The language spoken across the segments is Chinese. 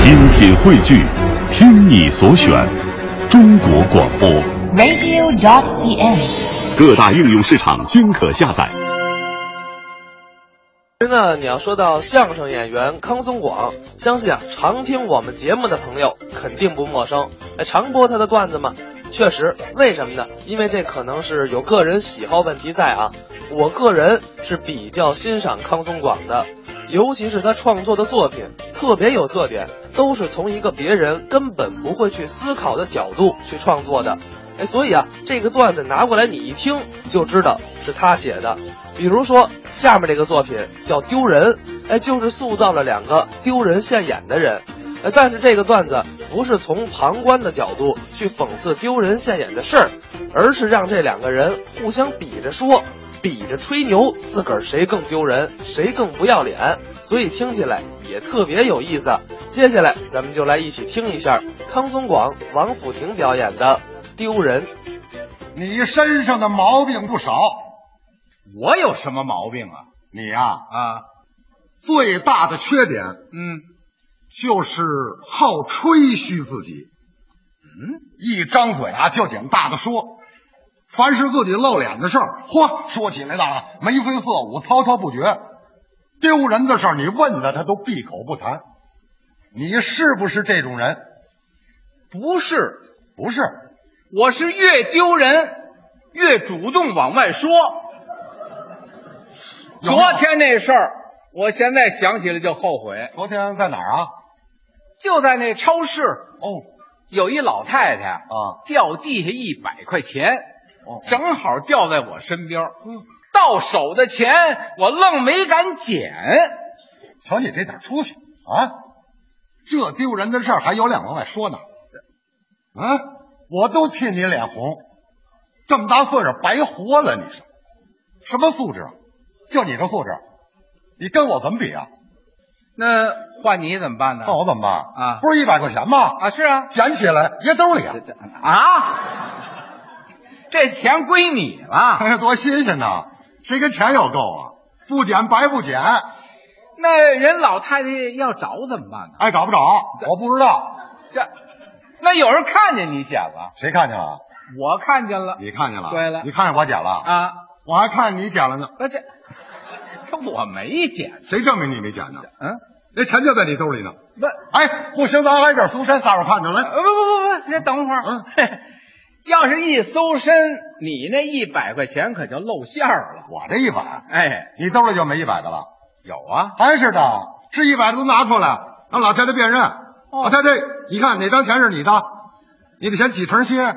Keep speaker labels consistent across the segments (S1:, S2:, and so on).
S1: 精品汇聚，听你所选，中国广播。
S2: radio.cn。
S1: 各大应用市场均可下载。
S3: 其实呢，你要说到相声演员康松广，相信啊，常听我们节目的朋友肯定不陌生。哎，常播他的段子嘛，确实，为什么呢？因为这可能是有个人喜好问题在啊。我个人是比较欣赏康松广的，尤其是他创作的作品特别有特点，都是从一个别人根本不会去思考的角度去创作的。哎，所以啊，这个段子拿过来你一听就知道是他写的。比如说下面这个作品叫《丢人》，哎，就是塑造了两个丢人现眼的人。呃，但是这个段子不是从旁观的角度去讽刺丢人现眼的事儿，而是让这两个人互相比着说，比着吹牛，自个儿谁更丢人，谁更不要脸，所以听起来也特别有意思。接下来咱们就来一起听一下康松广、王府庭表演的《丢人》。
S4: 你身上的毛病不少，
S5: 我有什么毛病啊？
S4: 你呀、
S5: 啊，
S4: 最大的缺点
S5: 嗯
S4: 就是好吹嘘自己，
S5: 嗯，
S4: 一张嘴啊就捡大的说，凡是自己露脸的事儿，嚯，说起来呢眉飞色舞，滔滔不绝。丢人的事儿，你问他，他都闭口不谈。你是不是这种人？
S5: 不是，
S4: 不是，
S5: 我是越丢人越主动往外说。
S4: 有没有
S5: 昨天那事儿，我现在想起来就后悔。
S4: 昨天在哪儿啊？
S5: 就在那超市，
S4: 哦
S5: 有一老太太啊，
S4: 啊，
S5: 掉地下一百块钱，
S4: 哦，
S5: 正好掉在我身边儿。
S4: 嗯
S5: 到手的钱我愣没敢捡，
S4: 瞧你这点出息啊！这丢人的事儿还有脸往外说呢？啊，我都替你脸红，这么大岁数白活了，你是什么素质啊？就你这素质，你跟我怎么比啊？
S5: 那换你怎么办呢？
S4: 那我怎么办
S5: 啊
S4: 不是一百块钱吗？
S5: 啊，是啊，
S4: 捡起来掖兜里啊
S5: 这，这啊，这钱归你了。
S4: 哎，多新鲜呐！谁跟钱有够啊？不捡白不捡，
S5: 那人老太太要找怎么办呢？
S4: 爱找不找？我不知道，
S5: 这，那有人看见你捡了，
S4: 谁看见了？
S5: 我看见了
S4: 你看见了？
S5: 啊对了
S4: 你看见我捡了？
S5: 啊，
S4: 我还看你捡了呢，
S5: 那这这我没捡，
S4: 谁证明你没捡呢？
S5: 嗯，
S4: 那钱就在你兜里呢。
S5: 不，
S4: 哎，不行，咱挨个搜身，大伙儿看着
S5: 呃
S4: 来。
S5: 不不不不，先等会儿。
S4: 嗯
S5: 要是一搜身，你那一百块钱可就露馅儿了。
S4: 我这一百，
S5: 哎，
S4: 你兜里就没一百个了？
S5: 有啊，
S4: 还是的，是一百的都拿出来，让老太太辨认。
S5: 哦
S4: 老太太，你看哪张钱是你的？你得先几成新？
S5: 嗯，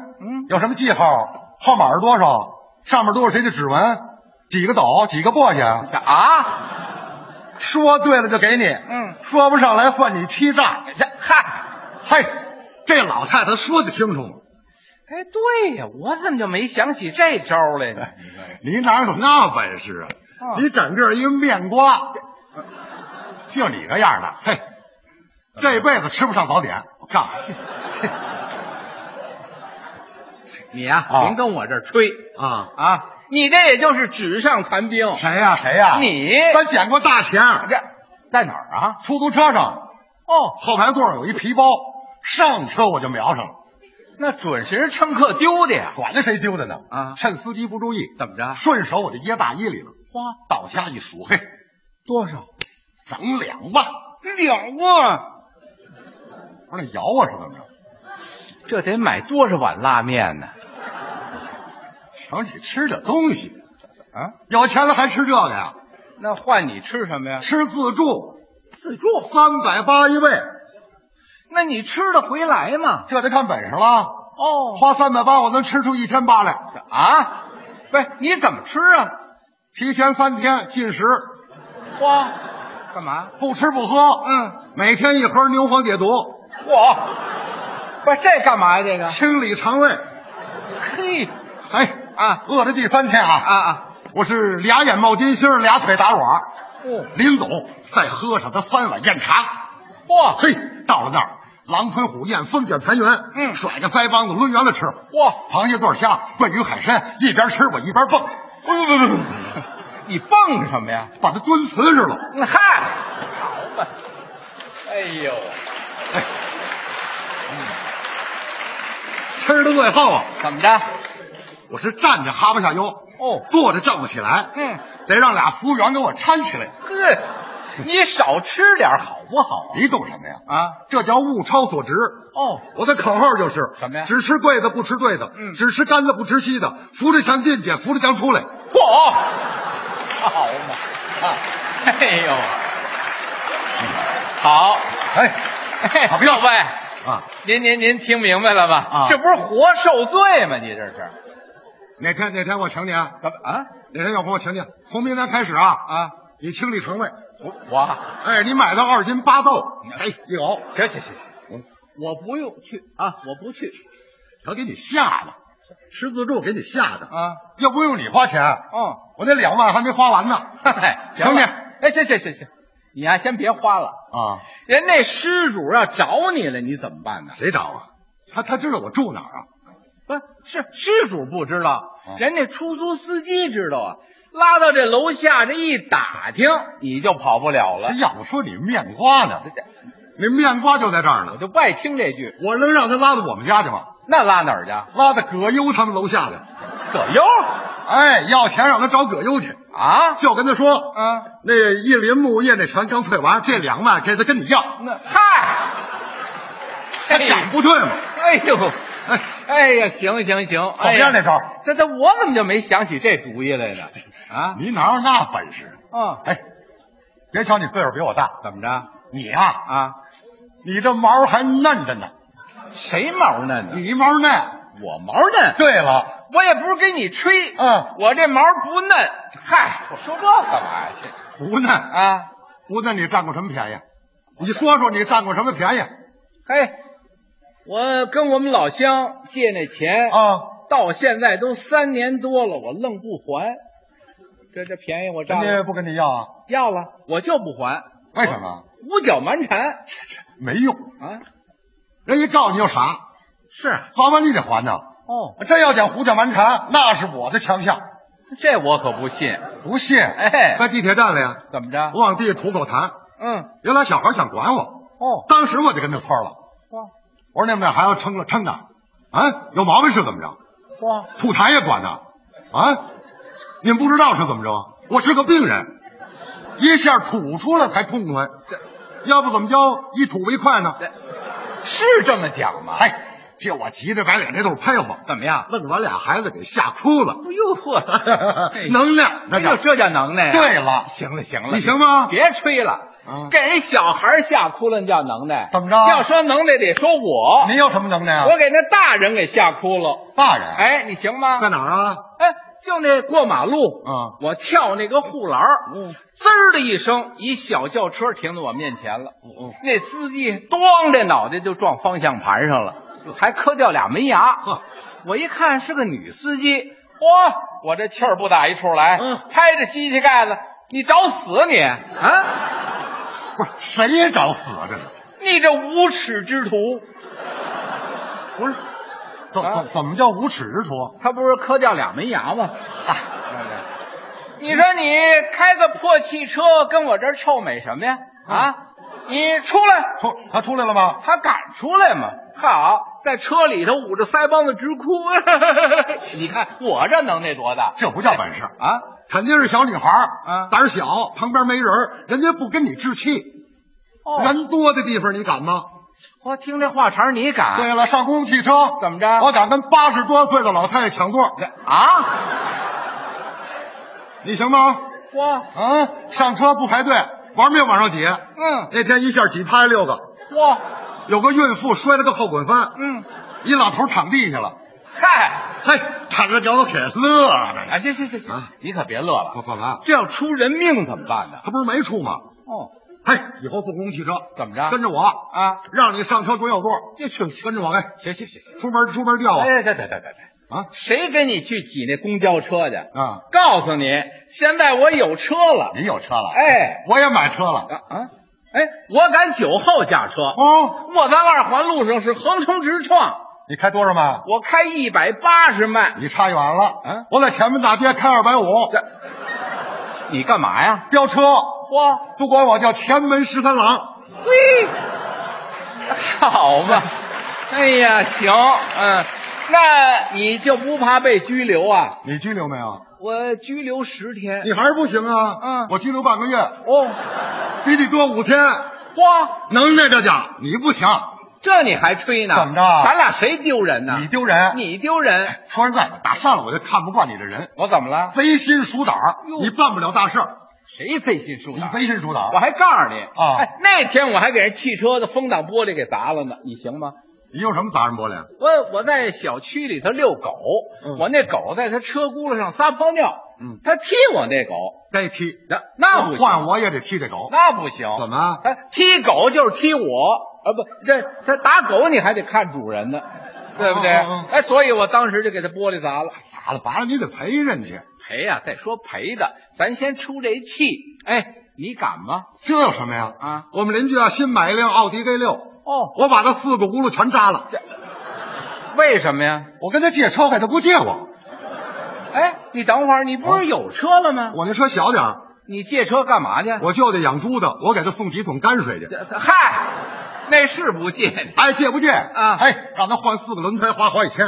S4: 有什么记号？号码是多少？上面都有谁的指纹？几个斗？几个簸箕？
S5: 啊，
S4: 说对了就给你，
S5: 嗯
S4: 说不上来算你欺诈。
S5: 这嗨，
S4: 嘿，这老太太说的清楚吗？
S5: 哎，对呀，我怎么就没想起这招来呢？
S4: 你哪有那本事啊？
S5: 哦
S4: 你整个一面瓜，就你这样的，
S5: 嗯
S4: 嘿，这辈子吃不上早点。我告诉你
S5: 你呀、
S4: 啊
S5: 别跟我这儿吹
S4: 啊，
S5: 啊！你这也就是纸上谈兵。
S4: 谁呀、谁呀、
S5: 你
S4: 咱捡过大钱，
S5: 这在哪儿啊？
S4: 出租车上
S5: 哦，
S4: 后排座上有一皮包，上车我就瞄上了，
S5: 那准是人乘客丢的呀。
S4: 管他谁丢的呢
S5: 啊
S4: 趁司机不注意，
S5: 怎么着？
S4: 顺手我就掖大衣里了，
S5: 花
S4: 到家一数，嘿，
S5: 多少？啊
S4: 整两万，
S5: 两万，
S4: 不是那咬我是怎么着？
S5: 这得买多少碗拉面呢？
S4: 瞧你吃这东西，
S5: 啊，
S4: 有钱了还吃这个呀？
S5: 那换你吃什么呀？
S4: 吃自助，
S5: 自助。
S4: 三百八一位，
S5: 那你吃得回来吗？
S4: 这得看本事了。
S5: 哦，
S4: 花三百八，我能吃出一千八来。
S5: 啊，不是，你怎么吃啊？
S4: 提前三天禁食，
S5: 花，干嘛？
S4: 不吃不喝，
S5: 嗯，
S4: 每天一盒牛黄解毒，
S5: 嚯，不是这干嘛呀？这个，
S4: 清理肠胃。
S5: 嘿，
S4: 哎
S5: 啊
S4: 饿到第三天啊，
S5: 啊啊，
S4: 我是俩眼冒金星，俩腿打软。
S5: 哦，
S4: 临走再喝上他三碗燕茶。啊
S5: 嚯
S4: 嘿，到了那儿，狼吞虎咽，风卷残云。
S5: 嗯
S4: 甩个腮帮子抡圆了吃，
S5: 嚯，
S4: 螃蟹、对虾、鳜鱼、海参，一边吃我一边蹦，
S5: 不不不不，你蹦什么呀？
S4: 把他蹲瓷实了。
S5: 嗨，好吧，哎呦，
S4: 吃的最后啊，
S5: 怎么着？
S4: 我是站着哈不下腰，
S5: 哦，
S4: 坐着站不起来，
S5: 嗯，
S4: 得让俩服务员给我搀起来。
S5: 呵，你少吃点好不好
S4: 你懂什么呀？
S5: 啊？
S4: 这叫物超所值。
S5: 哦，
S4: 我的口号就是
S5: 什么呀
S4: 只吃贵的，不吃对的；
S5: 嗯
S4: 只吃干的，不吃稀的。扶着墙进去，扶着墙出来。
S5: 嚯，好嘛，啊，哎呦，好，
S4: 哎，
S5: 哎
S4: 好不
S5: 各
S4: 要
S5: 位，
S4: 啊，
S5: 您您您听明白了吧？
S4: 啊
S5: 这不是活受罪吗？你这是
S4: 哪天哪天我请你啊？
S5: 怎么啊
S4: 哪天要不我请你？从明天开始啊，
S5: 啊？
S4: 你清理肠胃。
S5: 我我
S4: 哎，你买到二斤八豆，哎，一熬，
S5: 行行行行，我不用去啊，我不去
S4: 他给你吓的，吃自助给你吓的。
S5: 啊，
S4: 要不用你花钱，
S5: 嗯。
S4: 我那两万还没花完呢。
S5: 嗨，
S4: 行
S5: 了
S4: 了
S5: 哎，行行行行，你呀、先别花了，
S4: 啊，
S5: 人那失主要找你了，你怎么办呢？
S4: 谁找啊？他他知道我住哪儿啊？
S5: 不是失主不知道，
S4: 啊
S5: 人家出租司机知道啊，拉到这楼下这一打听，你就跑不了了
S4: 谁。要不说你面瓜呢？那面瓜就在这儿
S5: 我
S4: 呢。
S5: 就不爱听这句，
S4: 我能让他拉到我们家去吗？
S5: 那拉哪儿去？
S4: 拉到葛优他们楼下去。
S5: 葛优
S4: 哎，要钱让他找葛优去，
S5: 啊
S4: 就跟他说，
S5: 啊，
S4: 那一林木业那钱刚退完，这两万给他跟你要，
S5: 那嗨，
S4: 他敢不退吗？
S5: 哎呦，
S4: 哎，
S5: 哎呀，行行行，哎呀
S4: 样这招儿？
S5: 这这我怎么就没想起这主意来呢？ 啊
S4: 你哪有那本事？
S5: 啊，
S4: 哎，别瞧你岁数比我大，
S5: 怎么着
S4: 你呀、
S5: 啊？
S4: 你这毛还嫩着呢，
S5: 谁毛嫩呢？
S4: 你毛嫩。
S5: 我毛嫩，
S4: 对了，
S5: 我也不是给你吹，
S4: 嗯，
S5: 我这毛不嫩。嗨，我说这干嘛呀？这
S4: 不嫩，
S5: 啊，
S4: 不嫩，你占过什么便宜？你说说你占过什么便宜
S5: 嘿，我跟我们老乡借那钱，
S4: 啊？
S5: 到现在都三年多了，我愣不还。这这便宜我
S4: 人
S5: 占
S4: 家
S5: 了，
S4: 不跟你要啊？
S5: 要了我就不还，
S4: 为什么？
S5: 胡搅蛮缠
S4: 没用，
S5: 啊！
S4: 人一告你就傻，
S5: 是啊
S4: 早晚你得还呢。
S5: 哦，
S4: 真要讲胡搅蛮缠，那是我的强项。
S5: 这我可不信。
S4: 不信？
S5: 哎
S4: 在地铁站里，啊
S5: 怎么着
S4: 我？往地吐口痰，
S5: 嗯，
S4: 原来小孩想管我，
S5: 哦，
S4: 当时我就跟他蹿了。
S5: 哇
S4: 我说你们俩孩子撑了撑的，啊，有毛病是怎么着？
S5: 哇，
S4: 吐痰也管呢？啊，你们不知道是怎么着？我是个病人，一下吐出来才痛快，要不怎么叫一吐为快呢？
S5: 是这么讲吗？
S4: 哎，这我急着白脸，这都是拍话，
S5: 怎么样？
S4: 愣把俩孩子给吓哭了。
S5: 哎呦呵
S4: 能量，那
S5: 哎呦，
S4: 叫
S5: 这叫能耐呀！
S4: 对了
S5: 行了行了，
S4: 你行吗？
S5: 别吹了
S4: 啊，
S5: 给人小孩吓哭了，那叫能耐。
S4: 怎么着
S5: 要说能耐，得说我，
S4: 啊您有什么能耐啊？
S5: 我给那大人给吓哭了。
S4: 大人，
S5: 哎，你行吗？
S4: 在哪儿啊？
S5: 哎，就那过马路，
S4: 啊
S5: 我跳那个护栏儿，
S4: 嗯
S5: 滋儿的一声，一小轿车停在我面前了。
S4: 嗯
S5: 那司机咣，这脑袋就撞方向盘上了，还磕掉俩门牙
S4: 呵。
S5: 我一看是个女司机，嚯，我这气儿不打一处来，
S4: 嗯
S5: 拍着机器盖子，你找死你啊！
S4: 不是谁找死啊？这是
S5: 你这无耻之徒！
S4: 不是怎
S5: 啊
S4: 怎怎么叫无耻之徒？
S5: 他不是磕掉俩门牙吗？
S4: 嗨，
S5: 你说你开个破汽车跟我这儿臭美什么呀？啊，你出来！
S4: 出他出来了吗？
S5: 他敢出来吗？好，在车里头捂着腮帮子直哭。 你看我这能耐多大
S4: 这不叫本事，
S5: 啊！
S4: 肯定是小女孩
S5: 啊
S4: 儿胆儿小，旁边没人儿，人家不跟你置气。
S5: 哦
S4: 人多的地方你敢吗？
S5: 我听这话茬儿你敢？
S4: 对了，上公共汽车
S5: 啊怎么着
S4: 我敢跟八十多岁的老太太抢座，
S5: 啊！
S4: 你行吗？
S5: 我
S4: 啊，上车不排队，玩命往上挤。
S5: 嗯
S4: 那天一下挤趴下六个，
S5: 我
S4: 有个孕妇摔了个后滚翻，
S5: 嗯
S4: 一老头躺地下了。
S5: 嗨
S4: 嘿，躺着给我给乐的。
S5: 啊行行行行
S4: 啊，
S5: 你可别乐了，
S4: 干嘛？
S5: 这要出人命怎么办呢？
S4: 他不是没出吗？
S5: 哦，
S4: 嘿，以后坐公共汽车
S5: 怎么着
S4: 跟着我，
S5: 啊，
S4: 让你上车准有座，
S5: 这去行
S4: 跟着我呗。
S5: 行行行，
S4: 出门出门掉啊
S5: 哎对对对对对，
S4: 啊
S5: 谁跟你去挤那公交车去？
S4: 啊！
S5: 告诉你，现在我有车了，
S4: 你有车了，
S5: 哎
S4: 我也买车了。
S5: 啊啊，哎，我敢酒后驾车。
S4: 哦，
S5: 我在二环路上是横冲直撞，
S4: 你开多少迈？
S5: 我开一百八十迈。
S4: 你差远了。
S5: 嗯
S4: 我在前门大街开二百五，
S5: 你干嘛呀？
S4: 飙车，
S5: 嚯，
S4: 都管我叫前门十三郎。
S5: 嘿，好吧，哎呀，行，嗯，那你就不怕被拘留啊？
S4: 你拘留没有？
S5: 我拘留十天。
S4: 你还是不行啊！
S5: 哎嗯
S4: 我拘留半个月，
S5: 哦，
S4: 比你多五天，
S5: 嚯，
S4: 能耐着讲，你不行，
S5: 这你还吹呢？
S4: 怎么着
S5: 咱俩谁丢人呢？
S4: 你丢人。
S5: 啊你丢人，
S4: 说实在的，打上了我就看不惯你这人，
S5: 我怎么了？
S4: 贼心鼠胆儿
S5: 哟，
S4: 你办不了大事儿，
S5: 谁贼心鼠
S4: 你
S5: 胆？
S4: 贼心鼠胆
S5: 我
S4: 儿。
S5: 还告诉你
S4: 啊
S5: 哎，那天我还给人汽车的风挡玻璃给砸了呢，你行吗？
S4: 你有什么砸人玻璃？
S5: 我我在小区里头遛狗，
S4: 嗯
S5: 我那狗在它车轱辘上撒泡尿，
S4: 嗯，
S5: 它踢我那狗，
S4: 该踢，
S5: 那那不行
S4: 换我也得踢这狗。
S5: 那不行，
S4: 怎么？
S5: 哎，踢狗就是踢我啊，不，这这打狗你还得看主人呢，对不对？
S4: 嗯嗯嗯
S5: 哎，所以我当时就给他玻璃砸了，
S4: 砸了砸了，你得赔人去，
S5: 赔呀、再说赔的，咱先出这气。哎，你敢吗？
S4: 这有什么呀？
S5: 啊，
S4: 我们邻居啊，新买一辆奥迪 A 六，
S5: 哦，
S4: 我把他四个轱辘全扎了。
S5: 为什么呀？
S4: 我跟他借车费，他不借我。
S5: 哎，你等会儿，你
S4: 哦
S5: 不是有车了吗？
S4: 我那车小点儿，
S5: 你借车干嘛去？呃
S4: 我舅舅养猪的，我给他送几桶泔水去。
S5: 嗨，那是不借你，
S4: 哎，借不借
S5: 啊
S4: 哎，让他换四个轮胎，花好几千，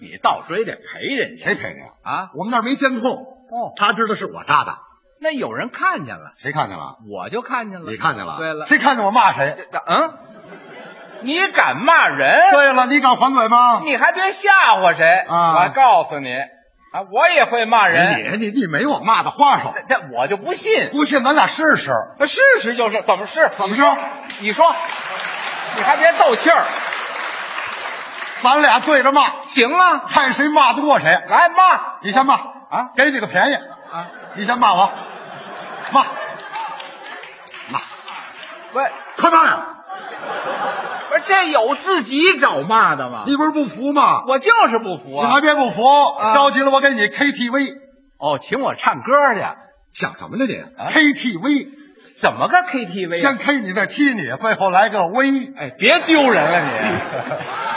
S5: 你到时候也得赔人家
S4: 谁赔的呀？
S5: 啊。
S4: 我们那儿没监控，
S5: 哦，
S4: 他知道是我扎的，
S5: 那有人看见了，
S4: 谁看见了？
S5: 我就看见了，
S4: 你看见了？
S5: 对了，
S4: 谁看见我骂谁？
S5: 嗯，你敢骂人？
S4: 对了，你敢还嘴吗？
S5: 你还别吓唬谁
S4: 啊
S5: 我告诉你啊，我也会骂人，
S4: 你你你没我骂的花哨，
S5: 这这我就不信。
S4: 不信咱俩试试。
S5: 试试就是，怎么试？
S4: 怎么
S5: 你说
S4: 试？
S5: 你说，你还别斗气儿，
S4: 咱俩对着骂，
S5: 行啊，
S4: 看谁骂得过谁。
S5: 来骂
S4: 你先骂
S5: 啊
S4: 给你个便宜，
S5: 啊！
S4: 你先骂我，骂骂，啊
S5: 喂，
S4: 快骂呀！
S5: 不是这有自己找骂的吗？
S4: 你不是不服吗？
S5: 啊我就是不服
S4: 你还
S5: 啊！
S4: 别不服，
S5: 啊
S4: 着急了我给你 KTV，
S5: 哦，请我唱歌去，
S4: 想什么呢你？KTV
S5: 怎么个 KTV？
S4: 先
S5: 啊
S4: K 你再踢你，最后来个 V。
S5: 哎，别丢人了你！